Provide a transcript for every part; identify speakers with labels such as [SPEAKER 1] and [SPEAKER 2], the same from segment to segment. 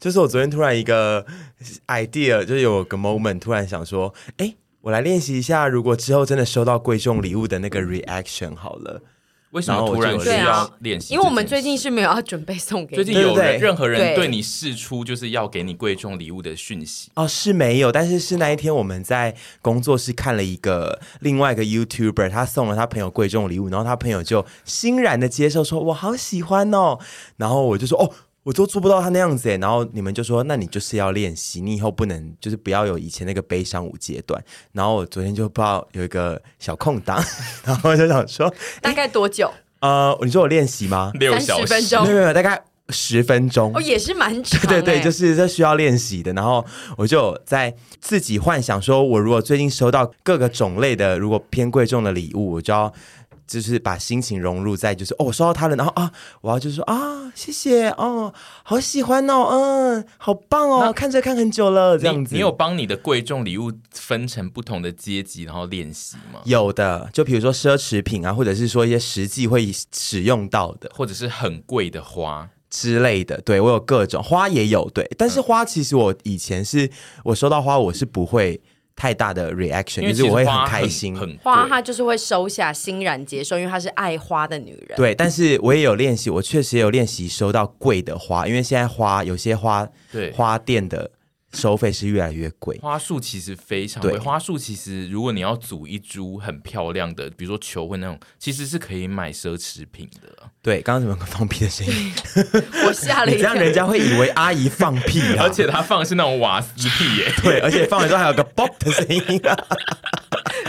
[SPEAKER 1] 就是我昨天突然一个 idea，就是有个 moment 突然想说，哎、我来练习一下，如果之后真的收到贵重礼物的那个 reaction 好了。
[SPEAKER 2] 为什么
[SPEAKER 1] 然后我
[SPEAKER 2] 突然
[SPEAKER 1] 就
[SPEAKER 2] 需
[SPEAKER 1] 有
[SPEAKER 2] 要
[SPEAKER 3] 对啊
[SPEAKER 2] 练习这件事？
[SPEAKER 3] 因为我们最近是没有要准备送给
[SPEAKER 2] 最近
[SPEAKER 3] 你，
[SPEAKER 1] 对
[SPEAKER 2] 有
[SPEAKER 1] 对
[SPEAKER 2] 人
[SPEAKER 1] 对
[SPEAKER 2] 任何人
[SPEAKER 3] 对
[SPEAKER 2] 对你释出就是要给你贵重礼物的讯息，
[SPEAKER 1] 哦，是没有，但是是那一天我们在工作室看了一个另外一个 YouTuber，他送了他朋友贵重礼物，然后他朋友就欣然的接受说，我好喜欢哦，然后我就说，哦。我都做不到他那样子耶欸然后你们就说，那你就是要练习，你以后不能就是不要有以前那个悲伤五阶段。然后我昨天就不知道有一个小空档， 然后我就想说，
[SPEAKER 3] 大概多久？
[SPEAKER 1] 呃，你说我练习吗？
[SPEAKER 2] 六小时
[SPEAKER 3] 30分
[SPEAKER 1] 没
[SPEAKER 3] 钟
[SPEAKER 1] 有没有，大概十分钟。
[SPEAKER 3] 哦，也是蛮长、欸，
[SPEAKER 1] 对对，就是这需要练习的。然后我就有在自己幻想说，我如果最近收到各个种类的，如果偏贵重的礼物，我就要。就是把心情融入在，就是哦，我收到它了，然后啊，我要就是说啊，谢谢哦，好喜欢哦，嗯，好棒哦，看这看很久了，这样子。
[SPEAKER 2] 你你有帮你的贵重礼物分成不同的阶级，然后练习吗？
[SPEAKER 1] 有的，就比如说奢侈品啊，或者是说一些实际会使用到的
[SPEAKER 2] 或者是很贵的花，
[SPEAKER 1] 之类的。对我有各种花也有，对，但
[SPEAKER 2] 嗯
[SPEAKER 1] 是花其实我以前是我收到花我是不会太大的 reaction，
[SPEAKER 2] 因为
[SPEAKER 1] 就
[SPEAKER 2] 其
[SPEAKER 1] 是
[SPEAKER 2] 实
[SPEAKER 1] 我会
[SPEAKER 2] 花
[SPEAKER 1] 很开心，
[SPEAKER 2] 很贵
[SPEAKER 3] 花她就是会收下，欣然接受，因为她是爱花的女人。
[SPEAKER 2] 嗯
[SPEAKER 1] 对，但是我也有练习，我确实也有练习收到贵的花，因为现在花有些花
[SPEAKER 2] 对哦
[SPEAKER 1] 花店的收费是越来越贵。
[SPEAKER 2] 花束其实非常贵，
[SPEAKER 1] 对
[SPEAKER 2] 花束其实如果你要组一株很漂亮的，比如说球或那种，其实是可以买奢侈品的。
[SPEAKER 1] 对，刚刚怎么有个放屁的声 音？
[SPEAKER 3] 我吓了
[SPEAKER 1] 你
[SPEAKER 3] 一
[SPEAKER 1] 这样
[SPEAKER 3] 跳，
[SPEAKER 1] 人家会以为阿姨放屁、啊，
[SPEAKER 2] 而且它放的是那种瓦斯屁耶、
[SPEAKER 1] 对，而且放完之后还有个 bop 的声音、啊，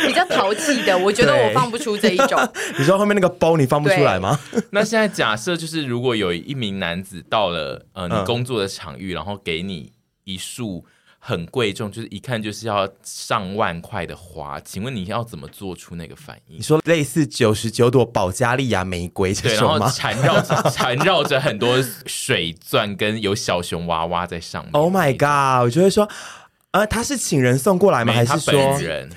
[SPEAKER 3] 比较淘气的，我觉得
[SPEAKER 1] 对
[SPEAKER 3] 我放不出这 一种。
[SPEAKER 1] 你说后面那个包你放不出来吗？
[SPEAKER 2] 那现在假设就是，如果有一名男子到了呃你
[SPEAKER 1] 嗯
[SPEAKER 2] 工作的场域，然后给你一束很贵重，就是一看就是要上万块的花，请问你要怎么做出那个反应
[SPEAKER 1] 你？说类似九十九朵保加利亚玫瑰
[SPEAKER 2] 对，
[SPEAKER 1] 这
[SPEAKER 2] 然
[SPEAKER 1] 种
[SPEAKER 2] 后
[SPEAKER 1] 吗
[SPEAKER 2] 缠绕 着缠绕着很多水钻跟有小熊娃娃在上面。
[SPEAKER 1] ？Oh my god！我就会说，呃，他是请人送过来吗？
[SPEAKER 2] 没
[SPEAKER 1] 还是
[SPEAKER 2] 他
[SPEAKER 1] 说
[SPEAKER 2] 本人？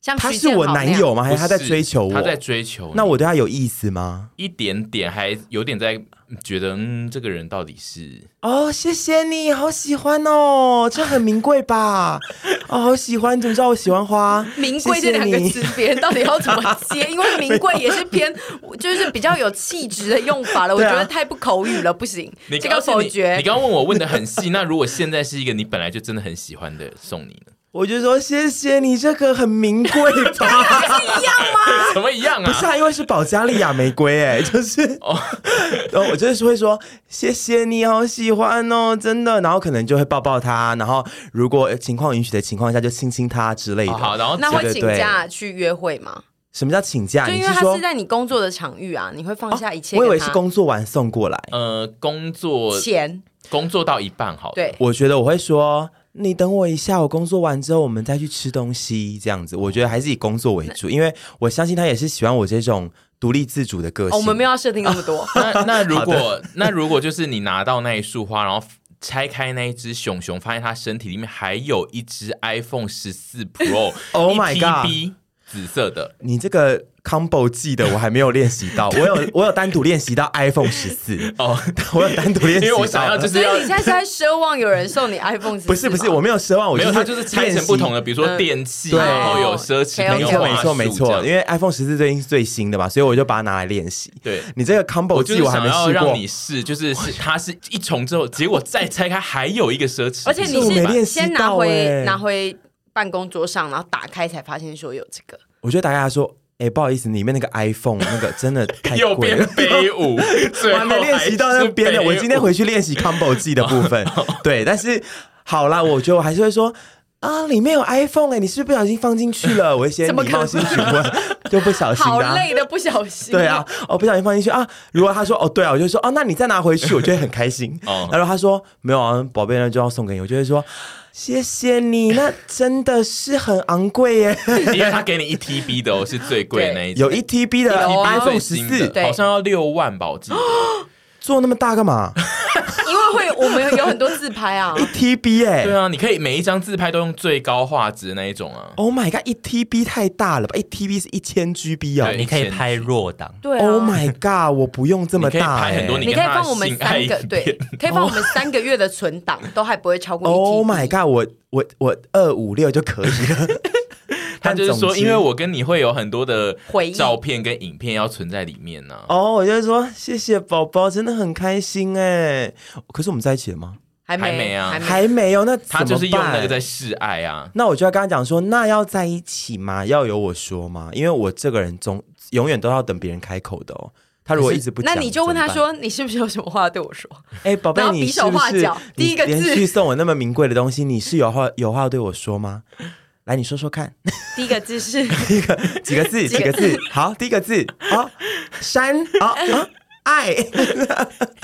[SPEAKER 3] 像
[SPEAKER 1] 他
[SPEAKER 3] 徐
[SPEAKER 1] 是
[SPEAKER 3] 建
[SPEAKER 1] 我
[SPEAKER 3] 豪那
[SPEAKER 1] 男
[SPEAKER 3] 样
[SPEAKER 1] 友吗？还
[SPEAKER 2] 不
[SPEAKER 1] 是他在
[SPEAKER 2] 是
[SPEAKER 1] 追求我？
[SPEAKER 2] 他在追求你
[SPEAKER 1] 那我对他有意思吗？
[SPEAKER 2] 一点点还有点在觉得，嗯，这个人到底是
[SPEAKER 1] 哦，谢谢你，好喜欢哦，这很名贵 吧？哦，好喜欢，你怎么知道我喜欢花？
[SPEAKER 3] 名贵这两个
[SPEAKER 1] 谢谢
[SPEAKER 3] 词，别人到底要怎么 接？因为名贵也是偏，就是比较有气质的用法了。我
[SPEAKER 1] 对
[SPEAKER 3] 觉
[SPEAKER 1] 啊
[SPEAKER 3] 得太不口语了，不行。
[SPEAKER 2] 你
[SPEAKER 3] 这个
[SPEAKER 2] 而且
[SPEAKER 3] 否
[SPEAKER 2] 你
[SPEAKER 3] 决
[SPEAKER 2] 你刚刚问我问的 很细，那如果现在是一个你本来就真的很喜欢的送你呢？
[SPEAKER 1] 我就说谢谢你，这个很名贵吧？
[SPEAKER 3] 一样吗？
[SPEAKER 2] 怎么一样
[SPEAKER 1] 不是
[SPEAKER 2] 啊？
[SPEAKER 1] 啊，因为是保加利亚玫瑰， 哎，就是 哦，然后我就是会说谢谢你，好喜欢哦，真的，然后可能就会抱抱他，然后如果情况允许的情况下就亲亲他之类的。
[SPEAKER 2] 哦好，然后
[SPEAKER 3] 那会
[SPEAKER 1] 啊对
[SPEAKER 3] 请
[SPEAKER 1] 对
[SPEAKER 3] 假去约会吗？
[SPEAKER 1] 什么叫请假？
[SPEAKER 3] 就
[SPEAKER 1] 你
[SPEAKER 3] 因为他
[SPEAKER 1] 说哦
[SPEAKER 3] 是在你工作的场域啊，你会放下一切
[SPEAKER 1] 我
[SPEAKER 3] 给他。
[SPEAKER 1] 以为是工作完送过来，
[SPEAKER 2] 呃，工作
[SPEAKER 3] 钱，
[SPEAKER 2] 工作到一半好了，
[SPEAKER 3] 对，
[SPEAKER 1] 我觉得我会说，你等我一下，我工作完之后我们再去吃东西，这样子。我觉得还是以工作为主，因为我相信他也是喜欢我这种独立自主的个
[SPEAKER 3] 哦
[SPEAKER 1] 性。
[SPEAKER 3] 我们没有要设定那么 多。
[SPEAKER 2] 那那如果那如果就是你拿到那一束花，然后拆开那一只熊熊，发现它身体里面还有一只 iPhone 十四 Pro 。
[SPEAKER 1] Oh my god
[SPEAKER 2] 紫色的，
[SPEAKER 1] 你这个 combo 记的我还没有练习 到，我有我有单独练习到 iPhone 十四
[SPEAKER 2] 哦，
[SPEAKER 1] 我有单独练习
[SPEAKER 2] 因
[SPEAKER 1] 到，。
[SPEAKER 2] 为我想要就是是
[SPEAKER 3] 所以
[SPEAKER 2] 要
[SPEAKER 3] 你现在是在奢望有人送你 iPhone
[SPEAKER 1] 不是不是，我没有奢望，我
[SPEAKER 2] 没有，它就
[SPEAKER 1] 就是
[SPEAKER 2] 拆成不同的，比如说
[SPEAKER 3] 嗯
[SPEAKER 2] 电器，
[SPEAKER 1] 对
[SPEAKER 2] 然后有奢侈
[SPEAKER 1] 练习。
[SPEAKER 2] 品，
[SPEAKER 1] 没
[SPEAKER 2] 有
[SPEAKER 1] 错
[SPEAKER 2] 花
[SPEAKER 1] 没错
[SPEAKER 2] 束
[SPEAKER 1] 没
[SPEAKER 2] 这
[SPEAKER 1] 错，
[SPEAKER 2] 样
[SPEAKER 1] 因为 iPhone 十四最近是最新的嘛，所以我就把它拿来练习。
[SPEAKER 2] 对。
[SPEAKER 1] 你这个 combo
[SPEAKER 2] 我就
[SPEAKER 1] 记
[SPEAKER 2] 是
[SPEAKER 1] 还
[SPEAKER 2] 想
[SPEAKER 1] 没
[SPEAKER 2] 要
[SPEAKER 1] 试
[SPEAKER 2] 让
[SPEAKER 1] 过，
[SPEAKER 2] 你试，就是是它是一重之后，结果再拆开还有一个奢侈品，
[SPEAKER 3] 而且
[SPEAKER 1] 可是我没
[SPEAKER 3] 你是
[SPEAKER 1] 练习
[SPEAKER 3] 先拿
[SPEAKER 1] 到
[SPEAKER 3] 回
[SPEAKER 1] 欸
[SPEAKER 3] 拿回办公桌上，然后打开才发现说有这个。
[SPEAKER 1] 我就打给他说：“哎、不好意思，里面那个 iPhone 那个真的 太
[SPEAKER 2] 右
[SPEAKER 1] 贵
[SPEAKER 2] 边
[SPEAKER 1] 了。”
[SPEAKER 2] 飞舞， 最
[SPEAKER 1] 我
[SPEAKER 2] 后
[SPEAKER 1] 还没练习到那边
[SPEAKER 2] 还
[SPEAKER 1] 的，
[SPEAKER 2] 是
[SPEAKER 1] 我今天
[SPEAKER 2] 飞舞
[SPEAKER 1] 回去练习 combo 技的部分。对，但是好啦，我觉得我还是会说啊，里面有 iPhone 哎、你是不是不小心放进去了？我会先
[SPEAKER 3] 怎么可
[SPEAKER 1] 礼貌性询问， 就不小心
[SPEAKER 3] 好
[SPEAKER 1] 的、啊。
[SPEAKER 3] 累的，不小心。
[SPEAKER 1] 对啊，，哦，不小心放进去啊。如果他说哦，对啊，我就说哦，那你再拿回去，我就会很开心。
[SPEAKER 2] 哦
[SPEAKER 1] 哦，然后他说没有啊，宝贝，那就要送给你，我就会说谢谢你，那真的是很昂贵耶，
[SPEAKER 2] 因为他给你一 TB 的哦，是最贵的那一种，
[SPEAKER 1] 有一 TB 的
[SPEAKER 3] 有啊
[SPEAKER 1] iPhone
[SPEAKER 2] 最
[SPEAKER 1] 十
[SPEAKER 2] 新的
[SPEAKER 1] 四，
[SPEAKER 3] 对
[SPEAKER 2] 好像要六万吧，我记得。
[SPEAKER 1] 做那么大干嘛？
[SPEAKER 3] 因为会我们有很多自拍啊，
[SPEAKER 1] 一 TB 哎、
[SPEAKER 2] 对啊，你可以每一张自拍都用最高画质的那一种啊。
[SPEAKER 1] o h Oh my god，一 TB 太大了吧？一 TB 是一千 GB 哦
[SPEAKER 2] 对。
[SPEAKER 4] 你可以拍弱档，
[SPEAKER 3] 对啊。
[SPEAKER 1] Oh my god，我不用这么
[SPEAKER 2] 你可以
[SPEAKER 1] 大
[SPEAKER 2] 拍
[SPEAKER 1] 哎、
[SPEAKER 2] 很多
[SPEAKER 3] 你
[SPEAKER 2] 你
[SPEAKER 3] 可以
[SPEAKER 2] 跟他
[SPEAKER 3] 放我们
[SPEAKER 2] 性爱
[SPEAKER 3] 三个
[SPEAKER 2] 影
[SPEAKER 3] 对，可以放我们三个月的存档，都还不会超过一
[SPEAKER 1] Oh
[SPEAKER 3] T。
[SPEAKER 1] my god，我我我二五六就可以了。
[SPEAKER 2] 他就是
[SPEAKER 1] 但总
[SPEAKER 2] 说，
[SPEAKER 1] 之
[SPEAKER 2] 因为我跟你会有很多的
[SPEAKER 3] 回忆
[SPEAKER 2] 照片跟影片要存在里面啊呢、
[SPEAKER 1] 哦我就会说谢谢宝宝，真的很开心哎、可是我们在一起了吗？
[SPEAKER 3] 还
[SPEAKER 2] 还没啊
[SPEAKER 3] 还没。
[SPEAKER 1] 还没有，那怎么
[SPEAKER 2] 他就是用那个
[SPEAKER 1] 办
[SPEAKER 2] 在示爱啊。
[SPEAKER 1] 那我就要跟他讲说，那要在一起吗？要由我说吗？因为我这个人总永远都要等别人开口的哦。他如果一直不讲，
[SPEAKER 3] 那你就问他
[SPEAKER 1] 怎么
[SPEAKER 3] 说，你是不是有什么话对我说？
[SPEAKER 1] 办：“哎，宝贝
[SPEAKER 3] 然，后
[SPEAKER 1] 你
[SPEAKER 3] 比
[SPEAKER 1] 是
[SPEAKER 3] 手
[SPEAKER 1] 不
[SPEAKER 3] 画
[SPEAKER 1] 是
[SPEAKER 3] 脚第一个
[SPEAKER 1] 你
[SPEAKER 3] 字
[SPEAKER 1] 连续送我那么名贵的东西，你是有话有话对我说吗？来，你说说看，
[SPEAKER 3] 第一个 字是
[SPEAKER 1] 几个字？
[SPEAKER 3] 几
[SPEAKER 1] 几
[SPEAKER 3] 个
[SPEAKER 1] 个字？好，第一个字啊，山啊啊，爱，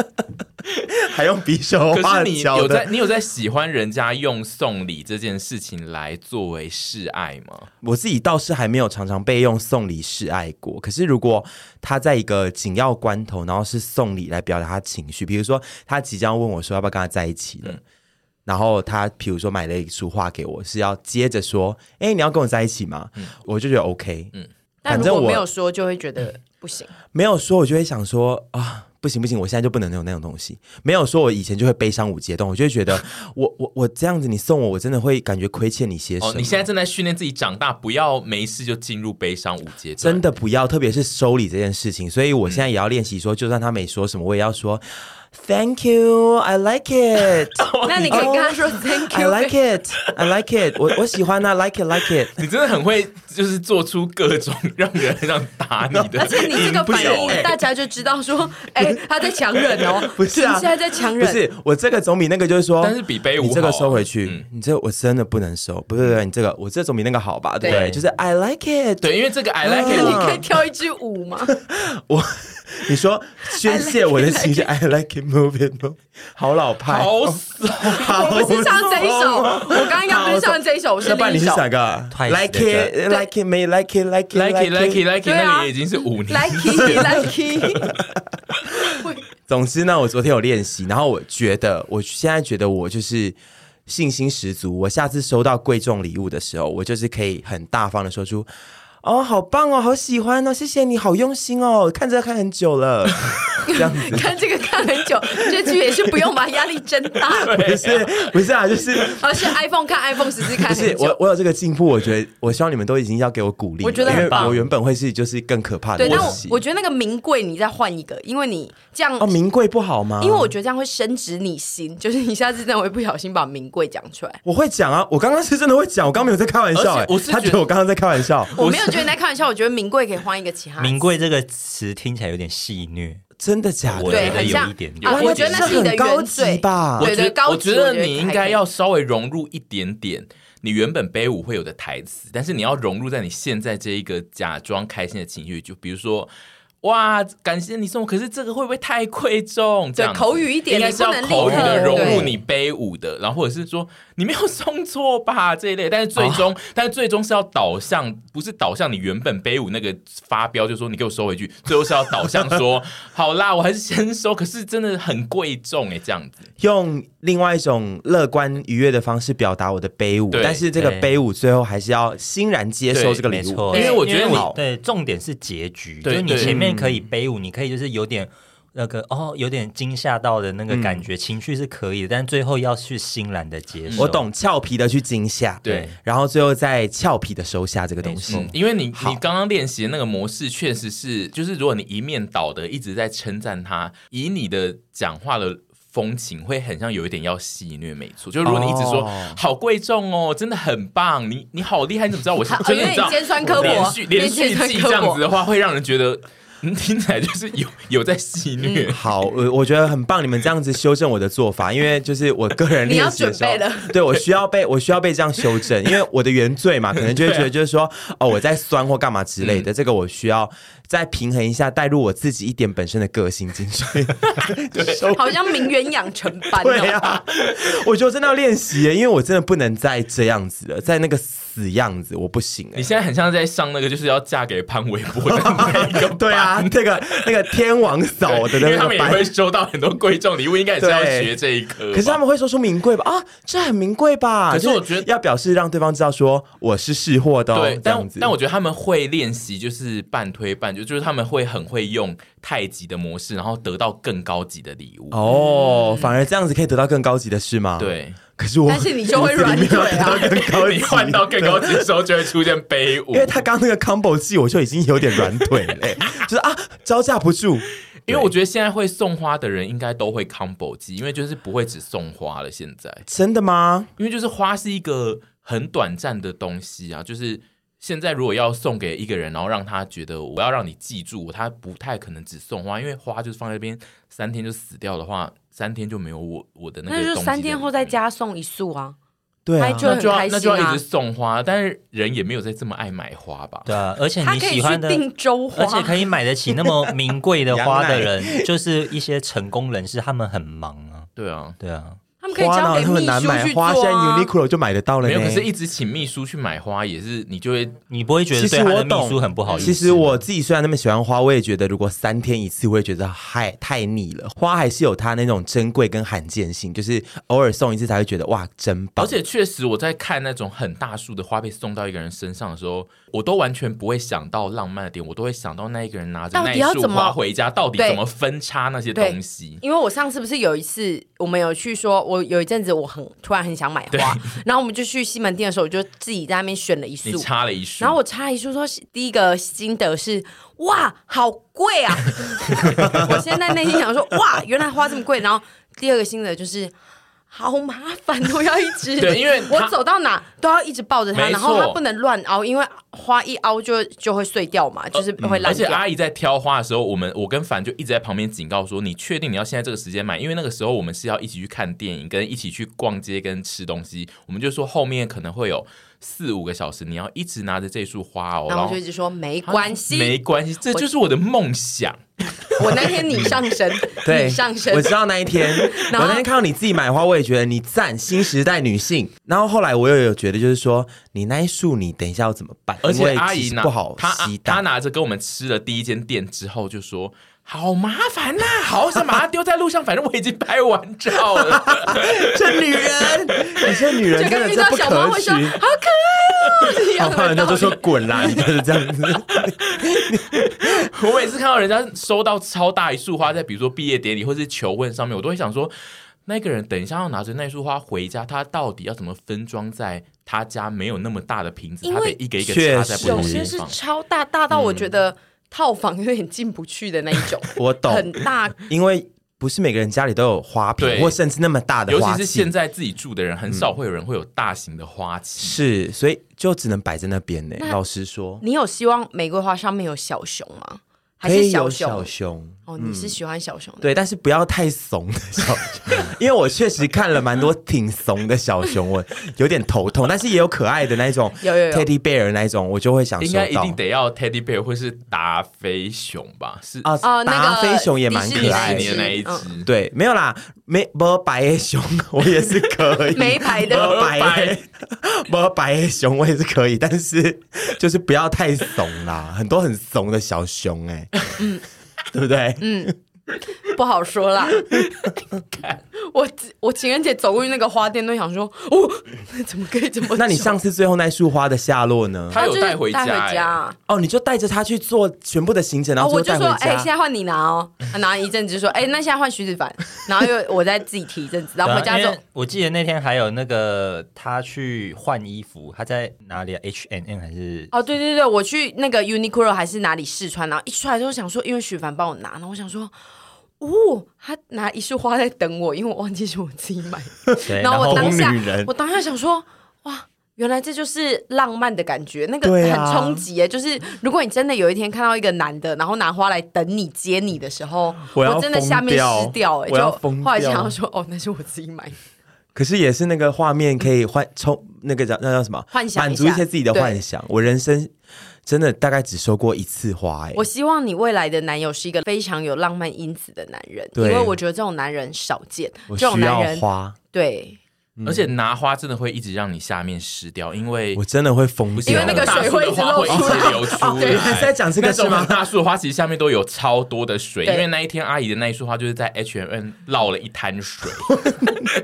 [SPEAKER 1] 还用比手
[SPEAKER 2] 可
[SPEAKER 1] 画
[SPEAKER 2] 是你
[SPEAKER 1] 脚
[SPEAKER 2] 有在
[SPEAKER 1] 的，
[SPEAKER 2] 你有在喜欢人家用送礼这件事情来作为示爱吗？
[SPEAKER 1] 我自己倒是还没有常常被用送礼示爱过，可是如果他在一个紧要关头，然后是送礼来表达他情绪，比如说他即将问我说要不要跟他在一起
[SPEAKER 2] 嗯
[SPEAKER 1] 了，然后他比如说买了一束花给我，是要接着说，哎、你要跟我在一起吗？
[SPEAKER 2] 嗯
[SPEAKER 1] 我就觉得 OK，
[SPEAKER 3] 但
[SPEAKER 1] 反
[SPEAKER 3] 如
[SPEAKER 1] 正
[SPEAKER 3] 果
[SPEAKER 1] 我
[SPEAKER 3] 没有说，就会觉得 不行。
[SPEAKER 1] 没有说我就会想说啊。不行不行，我现在就不能有那种东西。没有说，我以前就会悲伤五阶段，我就会觉得 我我我这样子，你送我，我真的会感觉亏欠你些什么。
[SPEAKER 2] 哦，你现在正在训练自己长大，不要没事就进入悲伤五阶段。
[SPEAKER 1] 真的不要，特别是收礼这件事情。所以我现在也要练习说，就算他没说什么，我也要说 Thank you, I like it,
[SPEAKER 3] 那你可以跟他说 Thank
[SPEAKER 1] I
[SPEAKER 3] you。
[SPEAKER 1] like it, I like it，我 我喜欢啊，like it, like it。
[SPEAKER 2] 你真的很会，就是做出各种 让人很想打你的。欸
[SPEAKER 3] 而且你这个反
[SPEAKER 2] 有
[SPEAKER 3] 应，大家就知道说，哎，他在强忍哦，
[SPEAKER 1] 哎 不是啊
[SPEAKER 3] 你现在在强
[SPEAKER 1] 不
[SPEAKER 3] 忍。
[SPEAKER 1] 是我这个总比那个就是说，
[SPEAKER 2] 但是比杯无好啊
[SPEAKER 1] 你这个收回去，你这个我真的不能收，不对不对，你这个我这总比那个好吧，对不对？
[SPEAKER 4] 对
[SPEAKER 1] 就是 I like it，
[SPEAKER 2] 对，因为这个 I like it，
[SPEAKER 3] 那你
[SPEAKER 2] 我
[SPEAKER 1] 嗯
[SPEAKER 3] 可以跳一支舞吗？
[SPEAKER 1] 你说宣泄我的情绪，I like it, move it, move it，好老派，
[SPEAKER 2] 好 怂。
[SPEAKER 1] 好
[SPEAKER 3] 我不是唱这一首，
[SPEAKER 1] 怂
[SPEAKER 3] 我刚刚应该不是唱这一首，我是
[SPEAKER 1] 那不然
[SPEAKER 3] 另
[SPEAKER 1] 你
[SPEAKER 3] 一
[SPEAKER 1] 是
[SPEAKER 3] 首。
[SPEAKER 1] 哪个啊
[SPEAKER 4] Twice
[SPEAKER 1] ？Like
[SPEAKER 4] 的歌
[SPEAKER 1] it, like it, may like it, like it,
[SPEAKER 2] like it like it like it，
[SPEAKER 3] 对啊
[SPEAKER 2] 那个也已经是五年
[SPEAKER 3] Lucky Lucky，
[SPEAKER 1] 总之呢，我昨天有练习，然后我觉得，我现在觉得我就是信心十足。我下次收到贵重礼物的时候，我就是可以很大方的说出：“哦，好棒哦，好喜欢哦，谢谢你，好用心哦，看这个看很久 了。”这样子
[SPEAKER 3] 看这个看很久，这句也是不用吧，压力真大。
[SPEAKER 1] 不是不是啊，就是
[SPEAKER 3] 而是 iPhone 看 iPhone 十四看
[SPEAKER 1] 不是
[SPEAKER 3] 很久
[SPEAKER 1] 我。我有这个进步，我觉得我希望你们都已经要给我鼓励了，
[SPEAKER 3] 我觉得
[SPEAKER 1] 因
[SPEAKER 3] 很
[SPEAKER 1] 为
[SPEAKER 3] 棒
[SPEAKER 1] 我原本会是就是更可怕的
[SPEAKER 3] 对，但我
[SPEAKER 1] 东西。
[SPEAKER 3] 我觉得那个名贵你再换一个，因为你这样，
[SPEAKER 1] 哦，名贵不好吗？
[SPEAKER 3] 因为我觉得这样会深植你心，就是你下次真的会不小心把名贵讲出来。
[SPEAKER 1] 我会讲啊，我刚刚是真的会讲，我刚刚没有在开玩笑、
[SPEAKER 2] 而且
[SPEAKER 1] 哎
[SPEAKER 2] 我是
[SPEAKER 1] 他
[SPEAKER 2] 觉
[SPEAKER 1] 觉
[SPEAKER 2] 得
[SPEAKER 1] 得我刚刚在开玩笑，
[SPEAKER 3] 我没有觉得你在开玩笑，我觉得名贵可以换一个其他。
[SPEAKER 4] 名贵这个词听起来有点戏谑，
[SPEAKER 1] 真的假
[SPEAKER 4] 我
[SPEAKER 1] 的？
[SPEAKER 3] 对，
[SPEAKER 4] 觉得
[SPEAKER 3] 很
[SPEAKER 4] 有
[SPEAKER 3] 像
[SPEAKER 4] 一点
[SPEAKER 3] 啊，
[SPEAKER 2] 有
[SPEAKER 3] 我
[SPEAKER 2] 一点
[SPEAKER 3] 觉得那是你
[SPEAKER 1] 这
[SPEAKER 3] 的
[SPEAKER 1] 很高
[SPEAKER 3] 原
[SPEAKER 1] 级
[SPEAKER 3] 罪
[SPEAKER 1] 吧
[SPEAKER 2] 我
[SPEAKER 3] 对
[SPEAKER 2] 觉
[SPEAKER 3] 对，
[SPEAKER 2] 得
[SPEAKER 3] 高
[SPEAKER 2] 我
[SPEAKER 3] 级
[SPEAKER 2] 觉得
[SPEAKER 3] 还可以
[SPEAKER 2] 你应该要稍微融入一点点你原本背舞会有的台词，但是你要融入在你现在这一个假装开心的情绪，就比如说。哇，感谢你送我，可是这个会不会太贵重？这
[SPEAKER 3] 对
[SPEAKER 2] 样子
[SPEAKER 3] 口语一点
[SPEAKER 2] 应该是要
[SPEAKER 3] 你不能
[SPEAKER 2] 口语的
[SPEAKER 1] 立刻
[SPEAKER 2] 融入
[SPEAKER 1] 对
[SPEAKER 2] 你背舞的，然后或者是说你没有送错吧这一类，但是最
[SPEAKER 3] 哦
[SPEAKER 2] 终，但是最终是要导向，不是导向你原本背舞那个发飙，就说你给我收回去，最后是要导向 说好啦，我还是先收，可是真的很贵重哎、这样子。
[SPEAKER 1] 用另外一种乐观愉悦的方式表达我的悲舞，
[SPEAKER 2] 对
[SPEAKER 1] 但是这个
[SPEAKER 4] 对
[SPEAKER 1] 悲舞最后还是要欣然接受这个
[SPEAKER 4] 没
[SPEAKER 1] 礼物。
[SPEAKER 4] 错，
[SPEAKER 2] 因为我觉得你
[SPEAKER 4] 对重点是结局，就
[SPEAKER 2] 对
[SPEAKER 4] 是你
[SPEAKER 2] 对
[SPEAKER 4] 前
[SPEAKER 3] 嗯
[SPEAKER 4] 面可以背舞，你可以就是有点。那个哦，有点惊吓到的那个
[SPEAKER 1] 嗯
[SPEAKER 4] 感觉，情绪是可以的，但最后要去欣然的接受。
[SPEAKER 1] 我，懂俏皮的去惊吓，
[SPEAKER 2] 对，
[SPEAKER 1] 然后最后再俏皮的收下这个东
[SPEAKER 4] 没
[SPEAKER 1] 西
[SPEAKER 4] 错。
[SPEAKER 2] 因为你你刚刚练习的那个模式，确实是，就是如果你一面倒的一直在称赞他，以你的讲话的。风情会很像有一点要戏谑，没错。就如果你一直说、
[SPEAKER 1] 哦
[SPEAKER 2] 好贵重哦，真的很棒，你你好厉害，你怎么知道我是
[SPEAKER 3] 好？
[SPEAKER 2] 真的
[SPEAKER 3] 因为
[SPEAKER 2] 你知道
[SPEAKER 3] 你尖酸刻薄
[SPEAKER 2] 连续
[SPEAKER 3] 因为
[SPEAKER 2] 连
[SPEAKER 3] 尖
[SPEAKER 2] 续
[SPEAKER 3] 酸刻薄
[SPEAKER 2] 记这样子的话，会让人觉得嗯，听起来就是有有在戏谑。
[SPEAKER 3] 嗯
[SPEAKER 1] 好，我我觉得很棒，你们这样子修正我的做法，因为就是我个人
[SPEAKER 3] 你要
[SPEAKER 1] 练习的时候
[SPEAKER 3] 准备了，
[SPEAKER 1] 对我需要被我需要被这样修正，因为我的原罪嘛，可能就会觉得就是说哦我在酸或干嘛之类的，这个我需要再平衡一下，带入我自己一点本身的个性进去。对
[SPEAKER 3] 好像名媛养成班
[SPEAKER 1] 对啊
[SPEAKER 3] 哦。
[SPEAKER 1] 呀、我觉得我真的要练习耶，因为我真的不能再这样子了，在那个死样子，我不行哎
[SPEAKER 2] 你。现在很像在上那个就是要嫁给潘玮柏的那一个 班
[SPEAKER 1] 对啊，那个那个天王嫂的
[SPEAKER 2] 因为
[SPEAKER 1] 那
[SPEAKER 2] 他
[SPEAKER 1] 个
[SPEAKER 2] 们也
[SPEAKER 1] 班
[SPEAKER 2] 会，收到很多贵重礼物，应该也是要
[SPEAKER 1] 对
[SPEAKER 2] 学这一科吧。
[SPEAKER 1] 可是他们会说出名贵吧？啊，这很名贵吧？
[SPEAKER 2] 可是
[SPEAKER 1] 就
[SPEAKER 2] 我觉得
[SPEAKER 1] 要表示让对方知道说我是识货的、哦，
[SPEAKER 2] 对，
[SPEAKER 1] 这样
[SPEAKER 2] 但
[SPEAKER 1] 子。
[SPEAKER 2] 但我觉得他们会练习，就是半推半就，就是他们会很会用太极的模式，然后得到更高级的礼物。
[SPEAKER 1] 哦，反而这样子可以得到更高级的事吗？，
[SPEAKER 2] 对，
[SPEAKER 1] 可是我，
[SPEAKER 3] 但是你就会软腿 啊
[SPEAKER 1] 更高级
[SPEAKER 2] 你换到更高级的时 候，就会出现悲舞。
[SPEAKER 1] 因为他刚那个 combo 戏，我就已经有点软腿 了、就是啊，招架不住。
[SPEAKER 2] 因为我觉得现在会送花的人应该都会 combo 机，因为就是不会只送花了。现在，
[SPEAKER 1] 真的吗？
[SPEAKER 2] 因为就是花是一个很短暂的东西啊，就是现在如果要送给一个人，然后让他觉得我要让你记住我，他不太可能只送花，因为花就是放在那边三天就死掉的话，三天就没有我我的那个
[SPEAKER 3] 那就
[SPEAKER 2] 动机
[SPEAKER 3] 三天
[SPEAKER 2] 在
[SPEAKER 3] 后
[SPEAKER 2] 里
[SPEAKER 3] 再
[SPEAKER 2] 面。
[SPEAKER 3] 加送一束啊，
[SPEAKER 1] 对啊
[SPEAKER 3] 那，就
[SPEAKER 2] 那就要
[SPEAKER 3] 很开
[SPEAKER 2] 那就
[SPEAKER 3] 心
[SPEAKER 2] 要
[SPEAKER 3] 啊
[SPEAKER 2] 一直送花，但是人也没有在这么爱买花吧？
[SPEAKER 4] 对啊，而且
[SPEAKER 3] 他
[SPEAKER 4] 你
[SPEAKER 3] 可以
[SPEAKER 4] 喜
[SPEAKER 3] 去
[SPEAKER 4] 欢的，
[SPEAKER 3] 订周
[SPEAKER 4] 而且
[SPEAKER 3] 花，
[SPEAKER 4] 可以买得起那么名贵的
[SPEAKER 1] 羊
[SPEAKER 4] 花
[SPEAKER 1] 奶
[SPEAKER 4] 的人，就是一些成功人士，他们很忙啊，
[SPEAKER 2] 对啊，
[SPEAKER 4] 对啊，
[SPEAKER 3] 他们可以
[SPEAKER 1] 花呢
[SPEAKER 3] 交给
[SPEAKER 1] 那么
[SPEAKER 3] 秘
[SPEAKER 1] 难
[SPEAKER 3] 书
[SPEAKER 1] 买，
[SPEAKER 3] 去做
[SPEAKER 1] 花现在
[SPEAKER 3] 啊。
[SPEAKER 1] Uniqlo 就买得到了
[SPEAKER 2] 没
[SPEAKER 1] 呢。
[SPEAKER 2] 有，可是一直请秘书去买花也是，你就会
[SPEAKER 4] 你不会觉得
[SPEAKER 1] 其
[SPEAKER 4] 对
[SPEAKER 1] 实
[SPEAKER 4] 他
[SPEAKER 1] 我
[SPEAKER 4] 的秘书
[SPEAKER 1] 懂，
[SPEAKER 4] 很不好意思吗？
[SPEAKER 1] 其实我自己虽然那么喜欢花，我也觉得如果三天一次，我也觉得太太腻了。花还是有它那种珍贵跟罕见性，就是偶尔送一次才会觉得哇，真棒。
[SPEAKER 2] 而且确实，我在看那种很大束的花被送到一个人身上的时候，我都完全不会想到浪漫的点，我都会想到那一个人拿着
[SPEAKER 3] 到
[SPEAKER 2] 那
[SPEAKER 3] 底
[SPEAKER 2] 一
[SPEAKER 3] 要
[SPEAKER 2] 束
[SPEAKER 3] 怎么
[SPEAKER 2] 花回家，到底
[SPEAKER 3] 对
[SPEAKER 2] 怎么分叉那些
[SPEAKER 3] 对
[SPEAKER 2] 东西。
[SPEAKER 3] 因为我上次不是有一次，我们有去说，我有一阵子我很突然很想买
[SPEAKER 2] 对
[SPEAKER 3] 花，然后我们就去西门町的时候，我就自己在那边选了一束
[SPEAKER 2] 你，插了一束，
[SPEAKER 3] 然后我插一束说，第一个心得是哇，好贵啊！ 我现在内心想说，哇，原来花这么贵。然后第二个心得就是。好麻烦，我要一 直
[SPEAKER 2] 对因为
[SPEAKER 3] 我
[SPEAKER 2] 它
[SPEAKER 3] 走到哪都要一直抱着它，
[SPEAKER 2] 没
[SPEAKER 3] 然后它
[SPEAKER 2] 错
[SPEAKER 3] 不能乱凹，因为花一凹就就会碎掉嘛，就是会啊烂
[SPEAKER 2] 呃嗯而且
[SPEAKER 3] 掉。
[SPEAKER 2] 阿姨在挑花的时候，我们我跟凡就一直在旁边警告说：“你确定你要现在这个时间买？因为那个时候我们是要一起去看电影，跟一起去逛街，跟吃东西。我们就说后面可能会有四五个小时，你要一直拿着这束花哦。”
[SPEAKER 3] 然后我就一直说没
[SPEAKER 2] 她
[SPEAKER 3] 关
[SPEAKER 2] 没
[SPEAKER 3] 系，
[SPEAKER 2] 关系，这就是我的梦想。
[SPEAKER 3] 我那天你上身，
[SPEAKER 1] 对，
[SPEAKER 3] 你上身
[SPEAKER 1] 我，知道那一天，我
[SPEAKER 3] 然后
[SPEAKER 1] 那天看到你自己买花，我也觉得你赞新时代女性。然后后来我又有觉得，就是说你那一束，你等一下要怎么办？
[SPEAKER 2] 而
[SPEAKER 1] 因
[SPEAKER 2] 且
[SPEAKER 1] 为
[SPEAKER 2] 阿
[SPEAKER 1] 其
[SPEAKER 2] 姨
[SPEAKER 1] 实
[SPEAKER 2] 拿
[SPEAKER 1] 不好
[SPEAKER 2] 她啊
[SPEAKER 1] 吸
[SPEAKER 2] 她
[SPEAKER 1] 带。
[SPEAKER 2] 拿着跟我们吃了第一间店之后就说。好麻烦呐、好想把它丢在路上，反正我已经拍完照了。
[SPEAKER 1] 这女人，你这女人真
[SPEAKER 3] 就跟
[SPEAKER 1] 的
[SPEAKER 3] 遇
[SPEAKER 1] 是
[SPEAKER 3] 到
[SPEAKER 1] 不
[SPEAKER 3] 小猫会
[SPEAKER 1] 可
[SPEAKER 3] 说好
[SPEAKER 1] 取。
[SPEAKER 3] 可爱哦，一
[SPEAKER 1] 好
[SPEAKER 3] 样
[SPEAKER 1] 怕
[SPEAKER 3] 的
[SPEAKER 1] 人 家
[SPEAKER 3] 道
[SPEAKER 1] 都
[SPEAKER 3] 理
[SPEAKER 1] 说滚啦，你就是这样子。
[SPEAKER 2] 我每次看到人家收到超大一束花，在比如说毕业典礼或是求婚上面，我都会想说，那个人等一下要拿着那束花回家，他到底要怎么分装在他家没有那么大的瓶子，
[SPEAKER 3] 因
[SPEAKER 2] 他得
[SPEAKER 3] 为
[SPEAKER 2] 一个一个
[SPEAKER 1] 确
[SPEAKER 2] 插在不
[SPEAKER 1] 实
[SPEAKER 2] 同
[SPEAKER 3] 有
[SPEAKER 2] 的
[SPEAKER 3] 些
[SPEAKER 2] 地
[SPEAKER 3] 是
[SPEAKER 2] 方。嗯
[SPEAKER 3] 超大，大到我觉得套房有点进不去的那一种，
[SPEAKER 1] 我
[SPEAKER 3] 很
[SPEAKER 1] 懂，
[SPEAKER 3] 大。
[SPEAKER 1] 因为不是每个人家里都有花瓶，
[SPEAKER 2] 对
[SPEAKER 1] 或甚至那么大的
[SPEAKER 2] 尤
[SPEAKER 1] 花
[SPEAKER 2] 其是
[SPEAKER 1] 器
[SPEAKER 2] 现。在自己住的人，很少会有人会有大型的花器。
[SPEAKER 1] 是，所以就只能摆在那边呢。
[SPEAKER 3] 那
[SPEAKER 1] 老实说，
[SPEAKER 3] 你有希望玫瑰花上面有小熊吗？还
[SPEAKER 1] 可
[SPEAKER 3] 是
[SPEAKER 1] 以
[SPEAKER 3] 小
[SPEAKER 1] 有
[SPEAKER 3] 熊？
[SPEAKER 1] 小熊，嗯
[SPEAKER 3] 哦，你是喜欢小熊的。
[SPEAKER 1] 对，但是不要太怂的小熊， 因为我确实看了蛮多挺怂的小熊，我有点头痛，但是也有可爱的那一种，
[SPEAKER 3] 有有有
[SPEAKER 1] teddy bear 那一种，我就会想
[SPEAKER 2] 应
[SPEAKER 1] 收
[SPEAKER 2] 该一
[SPEAKER 1] 到
[SPEAKER 2] 定。得要 teddy bear 或是达菲熊吧？是
[SPEAKER 1] 啊
[SPEAKER 3] 哦那个
[SPEAKER 1] 达菲熊也蛮
[SPEAKER 3] 迪士
[SPEAKER 1] 可
[SPEAKER 2] 迪
[SPEAKER 1] 爱
[SPEAKER 2] 士
[SPEAKER 3] 那一
[SPEAKER 2] 尼
[SPEAKER 1] 的
[SPEAKER 3] 只，
[SPEAKER 2] 的那一只。
[SPEAKER 3] 嗯
[SPEAKER 1] 对，没有啦，没没白的熊，我也是可以，
[SPEAKER 3] 没牌的
[SPEAKER 1] 没
[SPEAKER 2] 没白
[SPEAKER 1] 白 没白的熊我也是可以，但是就是不要太怂啦，很多很怂的小熊哎、嗯，对不对？
[SPEAKER 3] 嗯不好说 啦。 我我情人节走过去那个花店，都想说，哦， 怎么可以这么久？
[SPEAKER 1] 那你上次最后那束花的下落呢？
[SPEAKER 2] 他有
[SPEAKER 3] 就是
[SPEAKER 2] 带回家
[SPEAKER 3] 带
[SPEAKER 2] 欸
[SPEAKER 3] 回家。
[SPEAKER 1] 哦，你就带着它去做全部的行程，然
[SPEAKER 3] 然
[SPEAKER 1] 后
[SPEAKER 3] 后我
[SPEAKER 1] 最
[SPEAKER 3] 就
[SPEAKER 1] 后
[SPEAKER 3] 说
[SPEAKER 1] 带，回
[SPEAKER 3] 哎、
[SPEAKER 1] 家。
[SPEAKER 3] 现在换你拿哦。拿了一阵子就说，哎、那现在换徐子凡。然后又我再自己提一阵子，然后回家
[SPEAKER 4] 对
[SPEAKER 3] 之
[SPEAKER 4] 啊
[SPEAKER 3] 后
[SPEAKER 4] 因为我记得那天还有那个他去换衣服，他在哪里啊？H and N 还是？
[SPEAKER 3] 哦，对对对，我去那个 Uniqlo 还是哪里试穿，然后一出来之后想说，因为许凡帮我拿，然后我想说，哦，他拿一束花在等我，因为我忘记是我自己买。
[SPEAKER 4] 对，
[SPEAKER 3] 然
[SPEAKER 4] 然
[SPEAKER 3] 后我
[SPEAKER 4] 后
[SPEAKER 3] 当下
[SPEAKER 1] 疯女人，
[SPEAKER 3] 我当下想说，哇，原来这就是浪漫的感觉，那个
[SPEAKER 1] 对啊
[SPEAKER 3] 很冲击耶。就是如果你真的有一天看到一个男的，然后拿花来等你接你的时候，
[SPEAKER 1] 我
[SPEAKER 3] 我
[SPEAKER 1] 要
[SPEAKER 3] 真的下
[SPEAKER 1] 疯
[SPEAKER 3] 面
[SPEAKER 1] 掉
[SPEAKER 3] 湿掉哎，
[SPEAKER 1] 我要
[SPEAKER 3] 就
[SPEAKER 1] 疯
[SPEAKER 3] 后来想
[SPEAKER 1] 掉
[SPEAKER 3] 要说，哦，那是我自己买。
[SPEAKER 1] 可是也是那个画面可以换充那个叫那叫什么？
[SPEAKER 3] 幻想一
[SPEAKER 1] 满
[SPEAKER 3] 下
[SPEAKER 1] 足一些自己的幻想。我人生真的大概只收过一次花、哎
[SPEAKER 3] 我，希望你未来的男友是一个非常有浪漫因子的男人，因
[SPEAKER 1] 对
[SPEAKER 3] 为我觉得这种男人少见，
[SPEAKER 1] 我
[SPEAKER 3] 这种
[SPEAKER 1] 需
[SPEAKER 3] 男
[SPEAKER 1] 要
[SPEAKER 3] 人
[SPEAKER 1] 花，
[SPEAKER 3] 对，
[SPEAKER 2] 而且拿花真的会一直让你下面湿掉，因为
[SPEAKER 1] 我真的会疯掉。
[SPEAKER 3] 因为那个
[SPEAKER 2] 大
[SPEAKER 3] 水
[SPEAKER 2] 树
[SPEAKER 3] 会一
[SPEAKER 2] 的
[SPEAKER 3] 直
[SPEAKER 2] 花
[SPEAKER 3] 漏
[SPEAKER 2] 会一
[SPEAKER 3] 出来
[SPEAKER 2] 直流 出
[SPEAKER 1] 对还
[SPEAKER 2] 来。
[SPEAKER 1] 是在讲这个
[SPEAKER 2] 那种
[SPEAKER 1] 是吗
[SPEAKER 2] 很大树的花其实下面都有超多的水，
[SPEAKER 3] 对
[SPEAKER 2] 因为那一天阿姨的那一束花就是在 H M 落了一滩水。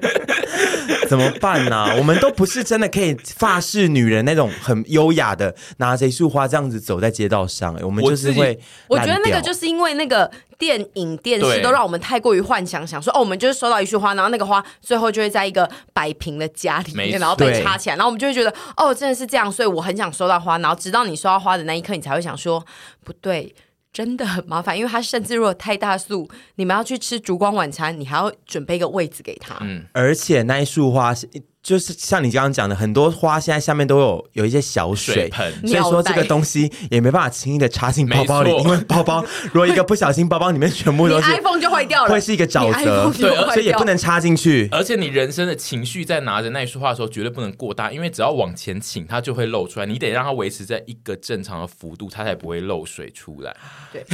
[SPEAKER 1] 怎么办呢、我们都不是真的可以发式女人那种很优雅的拿着一束花这样子走在街道上、哎我们
[SPEAKER 2] 我
[SPEAKER 1] 就是
[SPEAKER 2] 自己
[SPEAKER 1] 会
[SPEAKER 3] 我觉得那个
[SPEAKER 1] 烂掉
[SPEAKER 3] 就是因为那个电影、电视
[SPEAKER 2] 对
[SPEAKER 3] 都让我们太过于幻想，想说哦，我们就是收到一束花，然后那个花最后就会在一个摆平的家里
[SPEAKER 2] 没错
[SPEAKER 3] 面，然后被
[SPEAKER 1] 对
[SPEAKER 3] 插起来，然后我们就会觉得哦，真的是这样，所以我很想收到花，然后直到你收到花的那一刻，你才会想说不对。真的很麻烦，因为他甚至如果太大速，你们要去吃烛光晚餐，你还要准备一个位置给他。
[SPEAKER 2] 嗯
[SPEAKER 1] 而且那一束花是，就是像你刚刚讲的，很多花现在下面都有有一些小
[SPEAKER 2] 水
[SPEAKER 1] 水
[SPEAKER 2] 盆
[SPEAKER 1] 所以说
[SPEAKER 3] 尿袋
[SPEAKER 1] 这个东西也没办法轻易的插进包包里，
[SPEAKER 2] 没错
[SPEAKER 1] 因为包包如果一个不小心，包包里面全部
[SPEAKER 3] 你
[SPEAKER 1] 都是
[SPEAKER 3] iPhone 就坏掉了，
[SPEAKER 1] 会是一个沼
[SPEAKER 3] 你
[SPEAKER 1] 泽
[SPEAKER 3] iPhone，就坏掉
[SPEAKER 1] 所以也不能插进去。
[SPEAKER 2] 而且你人生的情绪在拿着那一束花的时候，绝对不能过大，因为只要往前倾，它就会漏出来。你得让它维持在一个正常的幅度，它才不会漏水出来。
[SPEAKER 3] 对，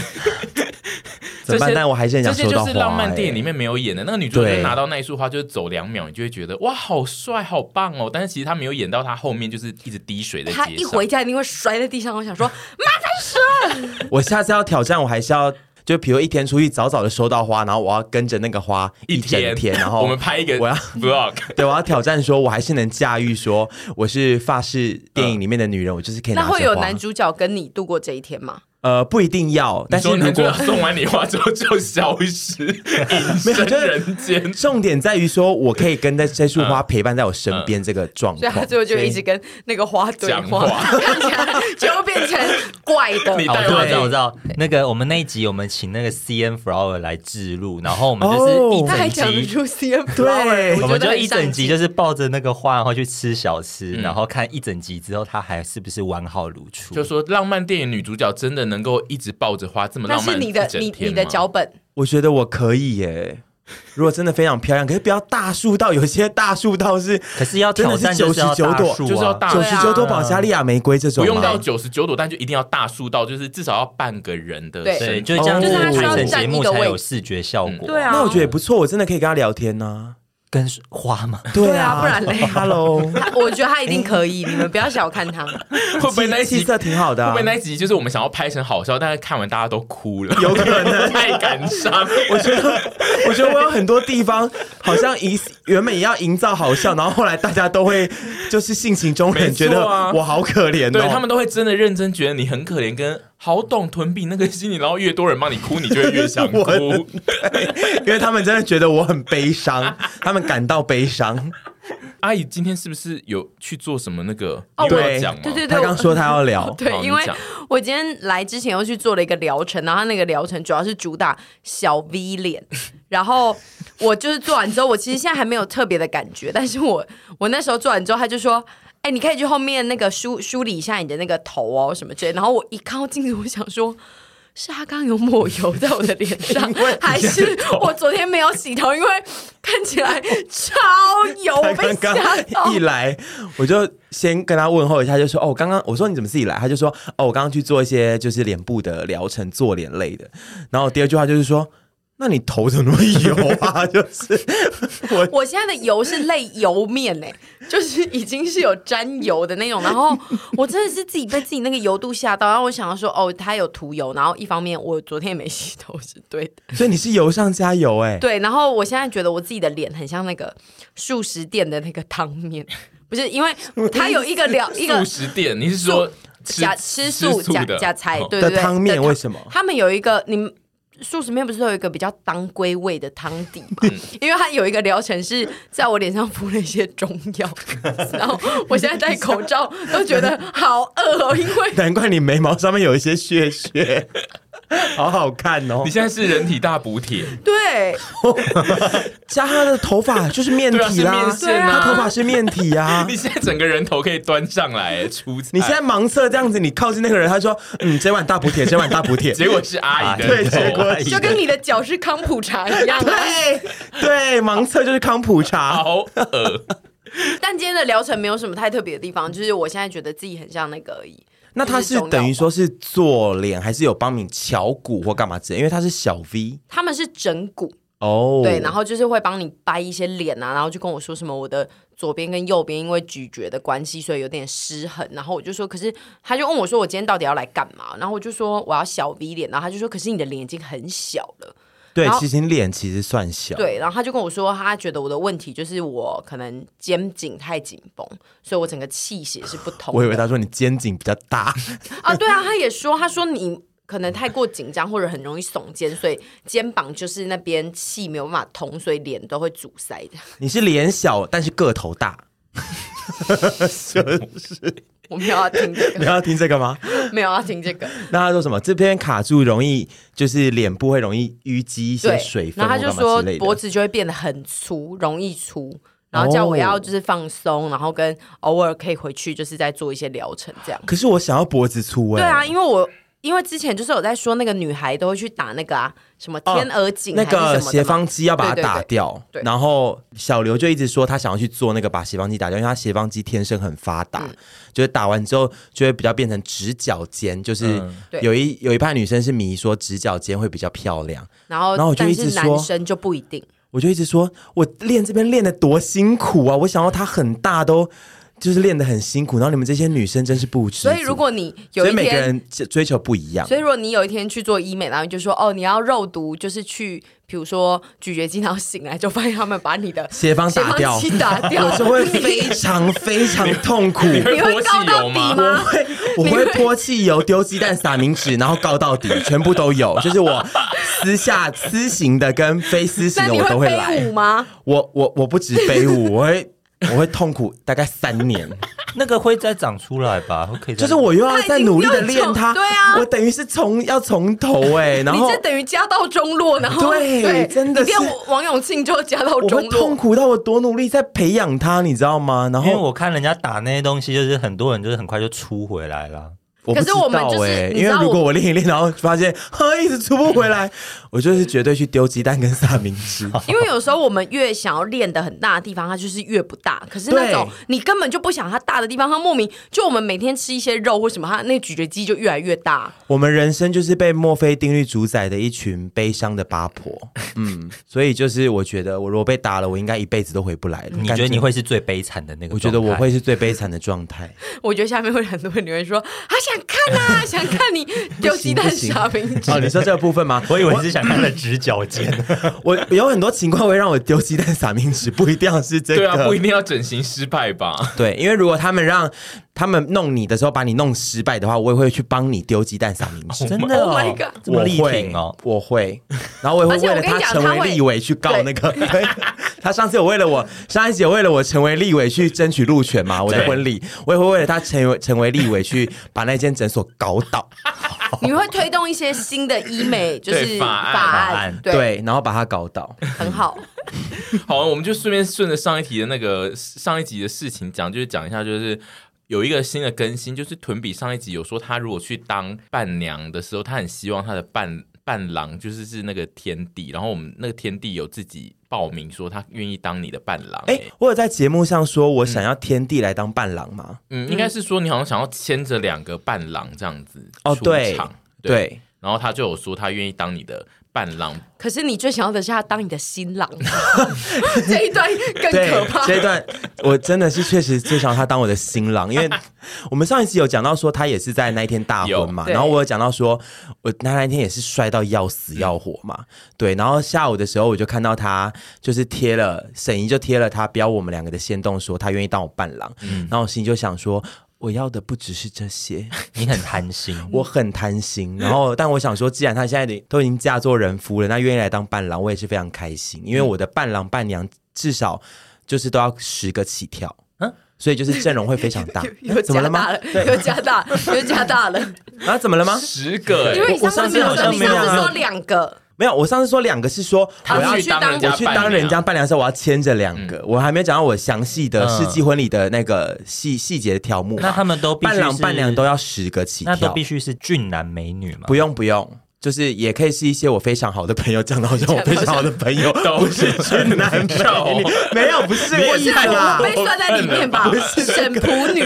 [SPEAKER 1] 怎么
[SPEAKER 2] 这些
[SPEAKER 1] 办？但我还是很
[SPEAKER 2] 这
[SPEAKER 1] 想
[SPEAKER 2] 些
[SPEAKER 1] 收到
[SPEAKER 2] 就
[SPEAKER 1] 花、
[SPEAKER 2] 是浪漫
[SPEAKER 1] 哎
[SPEAKER 2] 电影里面没有演的。那个女主角
[SPEAKER 1] 对
[SPEAKER 2] 就拿到那一束花，就是走两秒，你就会觉得哇，好帅，好棒哦。但是其实她没有演到她后面就是一直滴水的
[SPEAKER 3] 他
[SPEAKER 2] 街
[SPEAKER 3] 一
[SPEAKER 2] 上。
[SPEAKER 3] 回家一定会摔在地上。我 想说，
[SPEAKER 1] 我下次要挑战，我还是要就比如一天出去早早的收到花，然后我要跟着那个花
[SPEAKER 2] 一
[SPEAKER 1] 整
[SPEAKER 2] 天，
[SPEAKER 1] 天，然后
[SPEAKER 2] 我们拍一个
[SPEAKER 1] 我要
[SPEAKER 2] vlog，
[SPEAKER 1] 对我要挑战说，我还是能驾驭说我是法式电影里面的女人，我就是可以拿
[SPEAKER 3] 那
[SPEAKER 1] 着花。
[SPEAKER 3] 会有男主角跟你度过这一天吗？
[SPEAKER 1] 呃不一定要，但是
[SPEAKER 2] 你说
[SPEAKER 1] 如
[SPEAKER 2] 男主角
[SPEAKER 1] 果
[SPEAKER 2] 送完你花之后就消失， 隐
[SPEAKER 1] 没有
[SPEAKER 2] 身
[SPEAKER 1] 就是
[SPEAKER 2] 人间。
[SPEAKER 1] 重点在于说我可以跟在这束花
[SPEAKER 2] 嗯
[SPEAKER 1] 陪伴在我身边这个状
[SPEAKER 3] 嗯所以
[SPEAKER 1] 况
[SPEAKER 3] 他，最后就一直跟那个花对
[SPEAKER 2] 讲
[SPEAKER 3] 话，
[SPEAKER 2] 话
[SPEAKER 3] 看起来就会变成怪的
[SPEAKER 2] 你。
[SPEAKER 4] 哦，我
[SPEAKER 2] 带
[SPEAKER 4] 知道，
[SPEAKER 2] 我
[SPEAKER 4] 我知
[SPEAKER 2] 走
[SPEAKER 4] 道，我知道。那个我们那一集，我们请那个 C N Flower 来置入，然后我们就是
[SPEAKER 1] 哦
[SPEAKER 4] 一
[SPEAKER 3] 他还
[SPEAKER 4] 整
[SPEAKER 3] 讲得
[SPEAKER 4] 集，
[SPEAKER 3] 出 CM
[SPEAKER 1] 对
[SPEAKER 3] flower，
[SPEAKER 4] 我
[SPEAKER 3] 觉
[SPEAKER 4] 们
[SPEAKER 3] 得
[SPEAKER 4] 就
[SPEAKER 3] 很
[SPEAKER 4] 一整集
[SPEAKER 3] 上进
[SPEAKER 4] 就是抱着那个花，然后去吃小吃，
[SPEAKER 2] 嗯
[SPEAKER 4] 然后看一整集之后，他还是不是完好如初？
[SPEAKER 2] 就说浪漫电影女主角真的能够一直抱着花这么
[SPEAKER 3] 那
[SPEAKER 2] 浪漫
[SPEAKER 3] 是你的
[SPEAKER 2] 一整
[SPEAKER 3] 你
[SPEAKER 2] 天
[SPEAKER 3] 你的
[SPEAKER 2] 吗
[SPEAKER 3] 脚本，
[SPEAKER 1] 我觉得我可以耶。如果真的非常漂亮，可是不要大树到，有些大树到是
[SPEAKER 4] 可是要挑
[SPEAKER 1] 真
[SPEAKER 4] 战就
[SPEAKER 1] 的是
[SPEAKER 4] 是要
[SPEAKER 1] 99
[SPEAKER 4] 大
[SPEAKER 1] 朵
[SPEAKER 4] 树啊，
[SPEAKER 2] 就是要大
[SPEAKER 1] 九
[SPEAKER 2] 对
[SPEAKER 1] 十
[SPEAKER 3] 啊
[SPEAKER 1] 九朵保加利亚玫瑰这种
[SPEAKER 2] 不
[SPEAKER 1] 吗，
[SPEAKER 2] 用到九十九朵，但就一定要大树到，就是至少要半个人的
[SPEAKER 3] 对
[SPEAKER 2] 身高。
[SPEAKER 4] 对，就是这样
[SPEAKER 1] 哦
[SPEAKER 4] 子
[SPEAKER 1] 就是他需要
[SPEAKER 4] 拍成
[SPEAKER 3] 占
[SPEAKER 4] 节目
[SPEAKER 3] 一个
[SPEAKER 4] 才
[SPEAKER 3] 位
[SPEAKER 4] 有
[SPEAKER 3] 置
[SPEAKER 4] 视觉效果。
[SPEAKER 3] 对啊
[SPEAKER 1] 那我觉得也不错，我真的可以跟他聊天呢、
[SPEAKER 4] 跟花吗？
[SPEAKER 3] 对啊不然嘞
[SPEAKER 1] ，Hello，
[SPEAKER 3] 他我觉得他一定可以，你们不要小看他。
[SPEAKER 2] 会不会那一
[SPEAKER 1] 气
[SPEAKER 2] 集？
[SPEAKER 1] 气色
[SPEAKER 2] 会
[SPEAKER 1] 挺好的、
[SPEAKER 2] 不
[SPEAKER 1] 啊
[SPEAKER 2] 会。那一集就是我们想要拍成好笑，但是看完大家都哭了，
[SPEAKER 1] 有可能
[SPEAKER 2] 太感伤。
[SPEAKER 1] 我觉得，我觉得我有很多地方好像一原本也要营造好笑，然后后来大家都会就是性情中
[SPEAKER 2] 没
[SPEAKER 1] 人，
[SPEAKER 2] 错
[SPEAKER 1] 觉
[SPEAKER 2] 啊
[SPEAKER 1] 得我好可怜哦。
[SPEAKER 2] 对他们都会真的认真觉得你很可怜，跟好懂屯比那个心理，然后越多人帮你哭，你就会越想哭
[SPEAKER 1] 我。因为他们真的觉得我很悲伤，他们感到悲伤。
[SPEAKER 2] 阿姨今天是不是有去做什么那个？
[SPEAKER 3] 哦
[SPEAKER 2] 你有要
[SPEAKER 1] 对
[SPEAKER 2] 讲吗？
[SPEAKER 3] 对对
[SPEAKER 1] 他
[SPEAKER 3] 对，
[SPEAKER 1] 刚
[SPEAKER 3] 我
[SPEAKER 1] 说他要聊，
[SPEAKER 3] 对
[SPEAKER 2] 好，你
[SPEAKER 3] 因为
[SPEAKER 2] 讲
[SPEAKER 3] 我今天来之前又去做了一个疗程，然后他那个疗程主要是主打小 V 脸， 然后我就是做完之后，我其实现在还没有特别的感觉，但是我我那时候做完之后，他就说。哎、你可以去后面那个梳梳理一下你的那个头哦，什么之类的。然后我一看到镜子，我想说，是他刚有抹油在我的脸 上，还是我昨天没有洗头，因为看起来超油，哦 我
[SPEAKER 1] 他
[SPEAKER 3] 被
[SPEAKER 1] 刚
[SPEAKER 3] 吓到
[SPEAKER 1] 刚。一来，我就先跟他问候一下，就说：“哦，刚刚我说你怎么自己来？”他就说：“哦，我刚刚去做一些就是脸部的疗程，做脸类的。”然后第二句话就是说：“哦那你头怎么那么油 啊？”就是我
[SPEAKER 3] 我现在的油是类油面呢、 就是已经是有沾油的那种。然后我真的是自己被自己那个油度吓到，然后我想要说，哦，它有涂油。然后一方面我昨天也没洗头，是对的。
[SPEAKER 1] 所以你是油上加油哎、
[SPEAKER 3] 对，然后我现在觉得我自己的脸很像那个素食店的那个汤面，不是因为它有一个疗一个
[SPEAKER 2] 素食店，你是说吃
[SPEAKER 3] 假吃素
[SPEAKER 2] 素
[SPEAKER 3] 假
[SPEAKER 2] 的
[SPEAKER 3] 假菜，
[SPEAKER 2] 哦
[SPEAKER 3] 对对对，
[SPEAKER 1] 的汤面
[SPEAKER 3] 的汤
[SPEAKER 1] 为什么
[SPEAKER 3] 他们有一个你们。素食面不是都有一个比较当归味的汤底嘛？
[SPEAKER 1] 嗯
[SPEAKER 3] 因为它有一个疗程是在我脸上敷了一些中药， 然后我现在戴口罩都觉得好饿哦，因为
[SPEAKER 1] 难怪你眉毛上面有一些血 血，好好看哦
[SPEAKER 2] 你！现在是人体大补铁，
[SPEAKER 3] 对
[SPEAKER 1] 加他的头发就是面 体
[SPEAKER 2] 对啊是
[SPEAKER 1] 啦
[SPEAKER 2] 面，线
[SPEAKER 3] 啊
[SPEAKER 1] 他头发是面体啊
[SPEAKER 2] 你。现在整个人头可以端上来出彩。
[SPEAKER 1] 你现在盲测这样子，你靠近那个人，他说：“嗯，这碗大补铁，这碗大补铁。”
[SPEAKER 2] 结果是阿姨 的
[SPEAKER 1] 哎对
[SPEAKER 2] 头
[SPEAKER 1] 结果
[SPEAKER 3] 就跟你的脚是康普茶一样、啊。
[SPEAKER 1] 对对，盲测就是康普茶。
[SPEAKER 2] 好恶
[SPEAKER 3] 但今天的疗程没有什么太特别的地方，就是我现在觉得自己很像那个而已。
[SPEAKER 1] 那他
[SPEAKER 3] 就是是重要
[SPEAKER 1] 等于
[SPEAKER 3] 吧
[SPEAKER 1] 说是做脸，还是有帮你敲骨或干嘛之类？因为他是小 V
[SPEAKER 3] 他们是整骨，
[SPEAKER 1] 哦，
[SPEAKER 3] 对，然
[SPEAKER 1] 后
[SPEAKER 3] 后就是会帮你掰一些脸啊，然后就跟我说什么我的左边跟右边因为咀嚼的关系，所以有点失衡。然后我就说，可是他就问我说，我今天到底要来干嘛？然后我就说我要小 V 脸，然后他就说，可是你的脸已经很小了。
[SPEAKER 1] 对
[SPEAKER 3] 然，后
[SPEAKER 1] 其实脸其实算小，
[SPEAKER 3] 对，然后他就跟我说，他觉得我的问题就是我可能肩颈太紧绷，所以我整个气血是不通的。
[SPEAKER 1] 我以为他说你肩颈比较大，
[SPEAKER 3] 啊，对啊，他也说，他说你可能太过紧张或者很容易耸肩，所以肩膀就是那边气没有办法通，所以脸都会阻塞的。
[SPEAKER 1] 你是脸小但是个头大，
[SPEAKER 3] 我没有要听这
[SPEAKER 1] 你
[SPEAKER 3] 个，
[SPEAKER 1] 要听这个吗？
[SPEAKER 3] 没有要听这 个。
[SPEAKER 1] 那他说什么？这边卡住容易就是脸部会容易淤积一些
[SPEAKER 3] 对
[SPEAKER 1] 水，分
[SPEAKER 3] 然
[SPEAKER 1] 或
[SPEAKER 3] 后
[SPEAKER 1] 干
[SPEAKER 3] 他就
[SPEAKER 1] 嘛
[SPEAKER 3] 说
[SPEAKER 1] 之类
[SPEAKER 3] 脖
[SPEAKER 1] 的。哦
[SPEAKER 3] 子就会变得很粗，容易粗。然后叫我要就是放松，然后跟偶尔可以回去，就是再做一些疗程这样。
[SPEAKER 1] 可是我想要脖子粗哎、
[SPEAKER 3] 对啊，因为我因为之前就是有在说那个女孩都会去打那个啊什么天鹅颈还
[SPEAKER 1] 哦那
[SPEAKER 3] 是什么
[SPEAKER 1] 个
[SPEAKER 3] 的
[SPEAKER 1] 斜
[SPEAKER 3] 嘛
[SPEAKER 1] 方肌要把它
[SPEAKER 3] 对对
[SPEAKER 1] 打
[SPEAKER 3] 对
[SPEAKER 1] 掉，
[SPEAKER 3] 对
[SPEAKER 1] 然后小刘就一直说他想要去做那个把斜方肌打掉，因为他斜方肌天生很发达，
[SPEAKER 3] 嗯
[SPEAKER 1] 就是打完之后就会比较变成直角肩，就是
[SPEAKER 4] 嗯
[SPEAKER 3] 对
[SPEAKER 1] 有一、有一派女生是迷说直角肩会比较漂亮，
[SPEAKER 3] 然后
[SPEAKER 1] 然后我就
[SPEAKER 3] 但
[SPEAKER 1] 一直
[SPEAKER 3] 是
[SPEAKER 1] 说
[SPEAKER 3] 男生就不一定。
[SPEAKER 1] 我就一直说我练这边练的多辛苦啊，我想要它很大都就是练的很辛苦，然后你们这些女生真是不知足，
[SPEAKER 3] 所以如果你有
[SPEAKER 1] 所
[SPEAKER 3] 一
[SPEAKER 1] 以每个
[SPEAKER 3] 天
[SPEAKER 1] 人追求不一样
[SPEAKER 3] 所。以如果你有一天去做医美，然后你就说哦，你要肉毒，就是去比如说咀嚼肌，然后醒来就发现他们把你的
[SPEAKER 1] 斜方打掉
[SPEAKER 3] 斜方肌打 掉，
[SPEAKER 1] 我就会
[SPEAKER 3] 你
[SPEAKER 1] 非常非常痛 苦，
[SPEAKER 3] 你会告到底
[SPEAKER 2] 你会
[SPEAKER 1] 我
[SPEAKER 3] 吗？
[SPEAKER 1] 会我会泼汽油、丢鸡蛋、撒明纸，然后告到底，全部都 有。就是我私下私行的跟非私行
[SPEAKER 3] 那
[SPEAKER 1] 的
[SPEAKER 3] 你
[SPEAKER 1] 我都
[SPEAKER 3] 会
[SPEAKER 1] 会
[SPEAKER 3] 飞
[SPEAKER 1] 来
[SPEAKER 3] 舞。吗？
[SPEAKER 1] 我我我不止飞 舞，我会我会痛苦大概三年，
[SPEAKER 4] 那个会再长出来吧？会可以再
[SPEAKER 1] 就是我又要再努力的练它。
[SPEAKER 3] 对啊
[SPEAKER 1] 我等于是从要从头哎、然
[SPEAKER 3] 你
[SPEAKER 1] 后
[SPEAKER 3] 这等于家道中落，然后
[SPEAKER 1] 对真的
[SPEAKER 3] 你变
[SPEAKER 1] 是
[SPEAKER 3] 王永庆就家道
[SPEAKER 1] 我会
[SPEAKER 3] 中
[SPEAKER 1] 痛
[SPEAKER 3] 落。
[SPEAKER 1] 苦到我多努力在培养它，你知道吗？然
[SPEAKER 4] 因为
[SPEAKER 1] 后
[SPEAKER 4] 我看人家打那些东西，就是很多人就是很快就出回来了。
[SPEAKER 1] 我不
[SPEAKER 3] 可
[SPEAKER 1] 知
[SPEAKER 3] 是
[SPEAKER 1] 道
[SPEAKER 3] 我们就是
[SPEAKER 1] 欸
[SPEAKER 3] 你
[SPEAKER 1] 因
[SPEAKER 3] 知
[SPEAKER 1] 为
[SPEAKER 3] 道
[SPEAKER 1] 如
[SPEAKER 3] 我
[SPEAKER 1] 果我练一练，然后发现 呵一直出不回来，我就是绝对去丢鸡蛋跟撒明纸。
[SPEAKER 3] 因为有时候我们越想要练的很大的地方，它就是越不大。可是那种
[SPEAKER 1] 对
[SPEAKER 3] 你根本就不想它大的地方，它莫名就我们每天吃一些肉或什么，它那咀嚼肌就越来越大。
[SPEAKER 1] 我们人生就是被墨菲定律主宰的一群悲伤的八婆，嗯，所以就是我觉得我如果被打了，我应该一辈子都回不来了。
[SPEAKER 4] 你觉得你？会是最悲惨的那
[SPEAKER 1] 嗯
[SPEAKER 4] 个？
[SPEAKER 1] 我觉得我会。是最悲惨的状态。
[SPEAKER 3] 我觉得下面会很多人留言说：“啊，想看 啊，想看你 丢鸡蛋傻明纸
[SPEAKER 1] 哦，你说这个部分吗？
[SPEAKER 4] 我以为是想看的直角 肩，
[SPEAKER 1] 我有很多情况会让我丢鸡蛋撒面纸，不一定要 是这个。
[SPEAKER 2] 对啊，不一定要整形失败吧？
[SPEAKER 1] 对因为如果他们让他们弄你的时候把你弄失败的话，我也会去帮你丢鸡蛋撒面纸。
[SPEAKER 4] 真的
[SPEAKER 3] Oh
[SPEAKER 4] 哦
[SPEAKER 3] my god
[SPEAKER 4] 这么
[SPEAKER 1] 我
[SPEAKER 4] 力
[SPEAKER 1] 会
[SPEAKER 4] 挺哦！，
[SPEAKER 1] 我会， 然后我也会
[SPEAKER 3] 而且
[SPEAKER 1] 为
[SPEAKER 3] 我
[SPEAKER 1] 了
[SPEAKER 3] 跟
[SPEAKER 1] 他
[SPEAKER 3] 你讲
[SPEAKER 1] 成
[SPEAKER 3] 他
[SPEAKER 1] 为
[SPEAKER 3] 会
[SPEAKER 1] 立委去告那个。对 他上次有为了我，上一集有为了我成为立委去争取路权嘛，我的
[SPEAKER 4] 对
[SPEAKER 1] 婚礼，我也会为了他成为成为立委去把那间诊所搞倒，
[SPEAKER 3] 你会推动一些新的医美，就是
[SPEAKER 2] 对法案
[SPEAKER 4] 法
[SPEAKER 3] 案
[SPEAKER 4] 案，
[SPEAKER 3] 对，
[SPEAKER 1] 对，然后把他搞倒。
[SPEAKER 3] 很好。
[SPEAKER 2] 好，我们就顺便顺着上一题的那个上一集的事情讲，就是讲一下，就是有一个新的更新，就是屯比上一集有说，他如果去当伴娘的时候，他很希望他的伴伴郎就是是那个天帝，然后我们那个天帝有自己报名说他愿意当你的伴郎、
[SPEAKER 1] 哎、
[SPEAKER 2] 哎，
[SPEAKER 1] 我有在节目上说我想要
[SPEAKER 3] 嗯
[SPEAKER 1] 天地来当伴郎吗？
[SPEAKER 2] 嗯，应该是说你好像想要牵着两个伴郎这样子
[SPEAKER 1] 哦
[SPEAKER 2] 出
[SPEAKER 1] 对
[SPEAKER 2] 场
[SPEAKER 1] 对，
[SPEAKER 2] 然后他就有说他愿意当你的伴郎，
[SPEAKER 3] 可是你最想要的是他当你的 新郎，这一段更
[SPEAKER 1] 对
[SPEAKER 3] 可怕。
[SPEAKER 1] 这一段我真的是确实最想要他当我的新郎， 因为我们上一次有讲到说他也是在那一天大婚嘛，
[SPEAKER 3] 有对。
[SPEAKER 1] 然后我有讲到说我那那一天也是摔到要死要活嘛，对，然后下午的时候我就看到他就是贴了沈怡就贴了他标我们两个的线动说他愿意当我伴郎，然后我心里就想说我要的不只是这些，
[SPEAKER 4] 你很贪心，
[SPEAKER 1] 我很贪
[SPEAKER 4] 嗯
[SPEAKER 1] 心，然后但我想说，既然他现在都已经嫁作人夫了，那愿意来当伴郎，我也是非常开心，
[SPEAKER 4] 嗯
[SPEAKER 1] 因为我的伴郎伴娘至少就是都要十个起跳，嗯
[SPEAKER 4] 嗯，
[SPEAKER 1] 所以就是阵容会非常 大哎
[SPEAKER 3] 又
[SPEAKER 1] 怎么
[SPEAKER 3] 加
[SPEAKER 1] 了
[SPEAKER 3] 大
[SPEAKER 1] 吗？
[SPEAKER 3] 了，又加大，又加大了。
[SPEAKER 1] 啊，怎么了 吗？
[SPEAKER 2] 十个、
[SPEAKER 3] 因
[SPEAKER 2] 哎
[SPEAKER 3] 为你
[SPEAKER 1] 我
[SPEAKER 3] 上
[SPEAKER 1] 上
[SPEAKER 3] 次
[SPEAKER 1] 次
[SPEAKER 3] 有
[SPEAKER 1] 好
[SPEAKER 3] 说，
[SPEAKER 1] 像
[SPEAKER 3] 你
[SPEAKER 1] 没有
[SPEAKER 3] 上次
[SPEAKER 1] 啊
[SPEAKER 3] 说两个，
[SPEAKER 1] 没有，我上次说两个是说我要
[SPEAKER 3] 你
[SPEAKER 2] 去
[SPEAKER 3] 去当
[SPEAKER 2] 人家
[SPEAKER 1] 我去当人家
[SPEAKER 2] 伴
[SPEAKER 1] 伴娘的时候，我要牵着两个，我还没有讲到我详细的
[SPEAKER 4] 嗯
[SPEAKER 1] 世纪婚礼的那个细细节的条目嘛。
[SPEAKER 4] 那他们都必须
[SPEAKER 1] 伴郎
[SPEAKER 4] 是
[SPEAKER 1] 伴娘都要十个起
[SPEAKER 4] 那都
[SPEAKER 1] 跳
[SPEAKER 4] 必，须是俊男美女嘛？
[SPEAKER 1] 不用不用，就是也可以是一些我非常好的朋友，讲的好像我非常好的朋友
[SPEAKER 2] 懂
[SPEAKER 1] 不是去南非， 没有不是
[SPEAKER 2] 你也
[SPEAKER 1] 我意思
[SPEAKER 2] 太
[SPEAKER 1] 啦
[SPEAKER 2] 好了
[SPEAKER 3] 被算在里面吧
[SPEAKER 1] 不是，
[SPEAKER 3] 沈仆女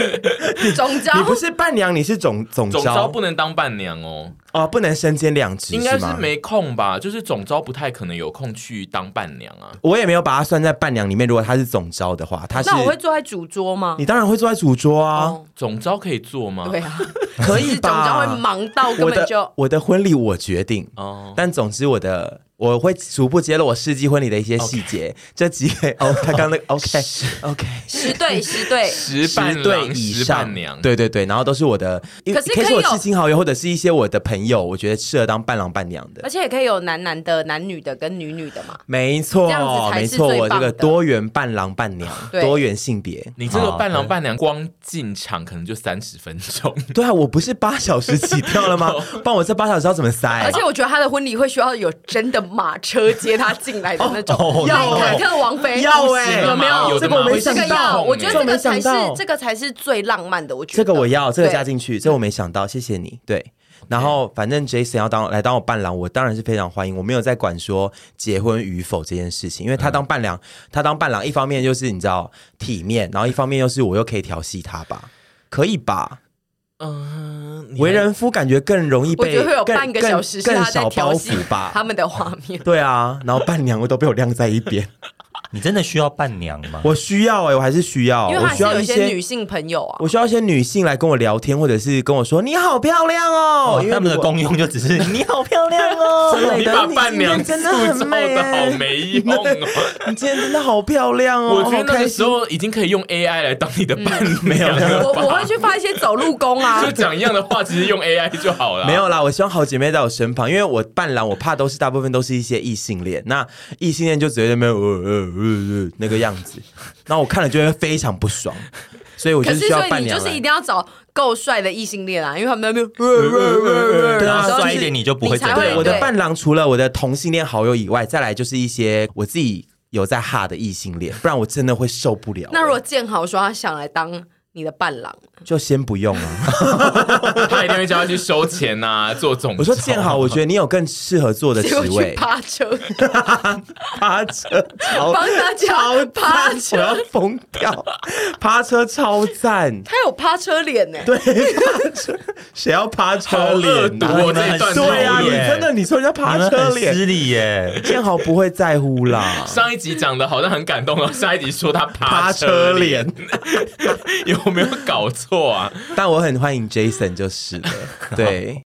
[SPEAKER 3] 总招
[SPEAKER 1] 你不是伴娘，你是总总
[SPEAKER 2] 总招
[SPEAKER 1] 招
[SPEAKER 2] 不能当伴娘哦，
[SPEAKER 1] 哦，不能身兼两职，
[SPEAKER 2] 应该是
[SPEAKER 1] 吗？
[SPEAKER 2] 没空吧？就是总招不太可能有空去当伴娘啊。
[SPEAKER 1] 我也没有把他算在伴娘里面。如果他是总招的话，他是
[SPEAKER 3] 那我会坐在主桌吗？
[SPEAKER 1] 你当然会坐在主桌啊，
[SPEAKER 3] 哦，
[SPEAKER 2] 总招可以做吗？
[SPEAKER 3] 对啊，
[SPEAKER 1] 可以
[SPEAKER 3] 总招
[SPEAKER 1] 吧？
[SPEAKER 3] 会忙到根
[SPEAKER 1] 我
[SPEAKER 3] 本就
[SPEAKER 1] 的我的婚礼我决定，
[SPEAKER 2] 哦，
[SPEAKER 1] 但总之我的我会逐步揭露我世纪婚礼的一些细节。这几个哦，他刚刚那个 OK OK。
[SPEAKER 3] 十对 十对，
[SPEAKER 2] 十伴
[SPEAKER 1] 十对
[SPEAKER 2] 郎
[SPEAKER 1] 以
[SPEAKER 2] 十
[SPEAKER 1] 上
[SPEAKER 2] 伴，娘，
[SPEAKER 1] 对对对，然后都是我的，
[SPEAKER 3] 可是
[SPEAKER 1] 可以
[SPEAKER 3] 可以
[SPEAKER 1] 是我
[SPEAKER 3] 有
[SPEAKER 1] 至亲好友，或者是一些我的朋友，我觉得适合当伴郎伴娘的
[SPEAKER 3] 而。且也可以有男男的、男女的跟女女的嘛。
[SPEAKER 1] 没错
[SPEAKER 3] 这样子，才
[SPEAKER 1] 没
[SPEAKER 3] 是
[SPEAKER 1] 错，
[SPEAKER 3] 最
[SPEAKER 1] 我这
[SPEAKER 3] 棒
[SPEAKER 1] 个
[SPEAKER 3] 的
[SPEAKER 1] 多元伴郎伴娘，
[SPEAKER 3] 对
[SPEAKER 1] 多元性别。
[SPEAKER 2] 你这个伴郎伴娘光进场可能就三十分 钟，
[SPEAKER 1] 对啊，我不是八小时起跳了吗？不然我这八小时要怎么塞？
[SPEAKER 3] 而且我觉得他的婚礼会需要有真的马车接他进来的那种，
[SPEAKER 1] 哦
[SPEAKER 3] 要
[SPEAKER 1] 要
[SPEAKER 3] 凯特王妃
[SPEAKER 1] 要
[SPEAKER 3] 哎、
[SPEAKER 1] 欸
[SPEAKER 3] 有没
[SPEAKER 2] 有的吗
[SPEAKER 3] 有？
[SPEAKER 1] 这个我没想
[SPEAKER 3] 这个要，
[SPEAKER 1] 到，
[SPEAKER 3] 我觉
[SPEAKER 1] 这
[SPEAKER 3] 得这
[SPEAKER 1] 我
[SPEAKER 3] 个
[SPEAKER 1] 没
[SPEAKER 3] 才
[SPEAKER 1] 想
[SPEAKER 3] 是
[SPEAKER 1] 到，
[SPEAKER 3] 这个才是最浪漫的，我觉得
[SPEAKER 1] 这个我要，这个
[SPEAKER 3] 对
[SPEAKER 1] 加进去，这我没想到，谢谢你。对，然后反正 Jason 要当来当我伴郎，我当然是非常欢迎，我没有在管说结婚与否这件事情，因为他
[SPEAKER 3] 嗯
[SPEAKER 1] 当伴郎，他当伴郎一方面就是你知道体面，然后一方面又是我又可以调戏他吧。可以吧？
[SPEAKER 2] 嗯，你还
[SPEAKER 1] 为人夫感觉更容易
[SPEAKER 3] 我
[SPEAKER 1] 被
[SPEAKER 3] 觉得会有
[SPEAKER 1] 更
[SPEAKER 3] 半个小时是
[SPEAKER 1] 更更
[SPEAKER 3] 他在
[SPEAKER 1] 少
[SPEAKER 3] 调
[SPEAKER 1] 包
[SPEAKER 3] 戏
[SPEAKER 1] 袱吧
[SPEAKER 3] 他？们的画面。
[SPEAKER 1] 对啊，然后伴娘都被我晾在一 边，
[SPEAKER 4] 你真的需要伴娘吗？
[SPEAKER 1] 我需要哎、我还是需要，
[SPEAKER 3] 因为
[SPEAKER 1] 我
[SPEAKER 3] 还
[SPEAKER 1] 需
[SPEAKER 3] 是
[SPEAKER 1] 要
[SPEAKER 3] 有
[SPEAKER 1] 一
[SPEAKER 3] 一些
[SPEAKER 1] 些
[SPEAKER 3] 女性朋友啊，
[SPEAKER 1] 我需要一些女性来跟我聊天，或者是跟我说你好漂亮哦，因为
[SPEAKER 4] 他们的
[SPEAKER 1] 我
[SPEAKER 4] 功用就 只是你好漂亮
[SPEAKER 1] 之
[SPEAKER 4] 哦。
[SPEAKER 1] 类
[SPEAKER 2] 你
[SPEAKER 1] 的
[SPEAKER 2] 把伴娘
[SPEAKER 1] 你
[SPEAKER 2] 塑
[SPEAKER 1] 今天真的
[SPEAKER 2] 造
[SPEAKER 1] 很美
[SPEAKER 2] 的好
[SPEAKER 1] 耶
[SPEAKER 2] 没用 哦。
[SPEAKER 1] 你今天真的好漂亮哦，
[SPEAKER 2] 我觉得那
[SPEAKER 1] 好开
[SPEAKER 2] 个时
[SPEAKER 1] 心。
[SPEAKER 2] 候已经可以用 AI 来当你的伴 娘
[SPEAKER 3] 我
[SPEAKER 2] 了吧？
[SPEAKER 3] 我会去发一些走路工 啊
[SPEAKER 2] 就，讲一样的话，其实用 AI 就好了。
[SPEAKER 1] 没有啦，我希望好姐妹在我身旁，因为我伴郎，我怕都是大部分都是一些异性恋，那异性恋就直接在那边呃呃呃呃那个样 子，那我看了就会非常不爽，所以我就
[SPEAKER 3] 可
[SPEAKER 1] 需
[SPEAKER 3] 是
[SPEAKER 1] 要
[SPEAKER 3] 所以
[SPEAKER 1] 伴
[SPEAKER 3] 你
[SPEAKER 1] 娘
[SPEAKER 3] 就
[SPEAKER 1] 来呃
[SPEAKER 3] 是一定要找够帅的异性恋啊，因为他们那边呃
[SPEAKER 1] 对啊
[SPEAKER 4] 然后
[SPEAKER 1] 就是
[SPEAKER 4] 帅一点你就不会
[SPEAKER 3] 你才
[SPEAKER 4] 怎
[SPEAKER 3] 会
[SPEAKER 4] 么
[SPEAKER 1] 对
[SPEAKER 4] 样
[SPEAKER 1] 我的
[SPEAKER 3] 对
[SPEAKER 1] 伴郎除了我的同性恋好友以外，再来就是一些我自己有在哈的异性恋，不然我真的会受不了。
[SPEAKER 3] 那如果建豪说他想来当你的伴郎，
[SPEAKER 1] 就先不用啊。
[SPEAKER 2] 他一定会叫他去收钱呐、做总。
[SPEAKER 1] 我说建豪，我觉得你有更适合做 的
[SPEAKER 3] 结
[SPEAKER 1] 职
[SPEAKER 3] 果去
[SPEAKER 1] 位，
[SPEAKER 3] 趴车，
[SPEAKER 1] 趴车超
[SPEAKER 3] 帮大家趴
[SPEAKER 1] 我要
[SPEAKER 3] 车，
[SPEAKER 1] 疯掉，趴车超赞。
[SPEAKER 3] 他有趴车脸呢。
[SPEAKER 1] 对，趴车谁要趴车
[SPEAKER 2] 好恶
[SPEAKER 1] 脸
[SPEAKER 2] 毒
[SPEAKER 1] 呢、
[SPEAKER 2] 哦
[SPEAKER 4] 你们
[SPEAKER 2] 这一段
[SPEAKER 4] 很
[SPEAKER 1] 对啊，
[SPEAKER 4] 讨
[SPEAKER 1] 你
[SPEAKER 4] 厌
[SPEAKER 1] 真的你说人家
[SPEAKER 4] 你
[SPEAKER 1] 趴
[SPEAKER 4] 们
[SPEAKER 1] 车
[SPEAKER 4] 很
[SPEAKER 1] 脸，
[SPEAKER 4] 失礼耶。
[SPEAKER 1] 建豪不会在乎啦。
[SPEAKER 2] 上一集讲的好像很感动哦，下一集说他
[SPEAKER 1] 趴
[SPEAKER 2] 趴
[SPEAKER 1] 车
[SPEAKER 2] 车脸，
[SPEAKER 1] 脸，
[SPEAKER 2] 有没有搞错啊？
[SPEAKER 1] 但我很欢迎 Jason 就是了。对，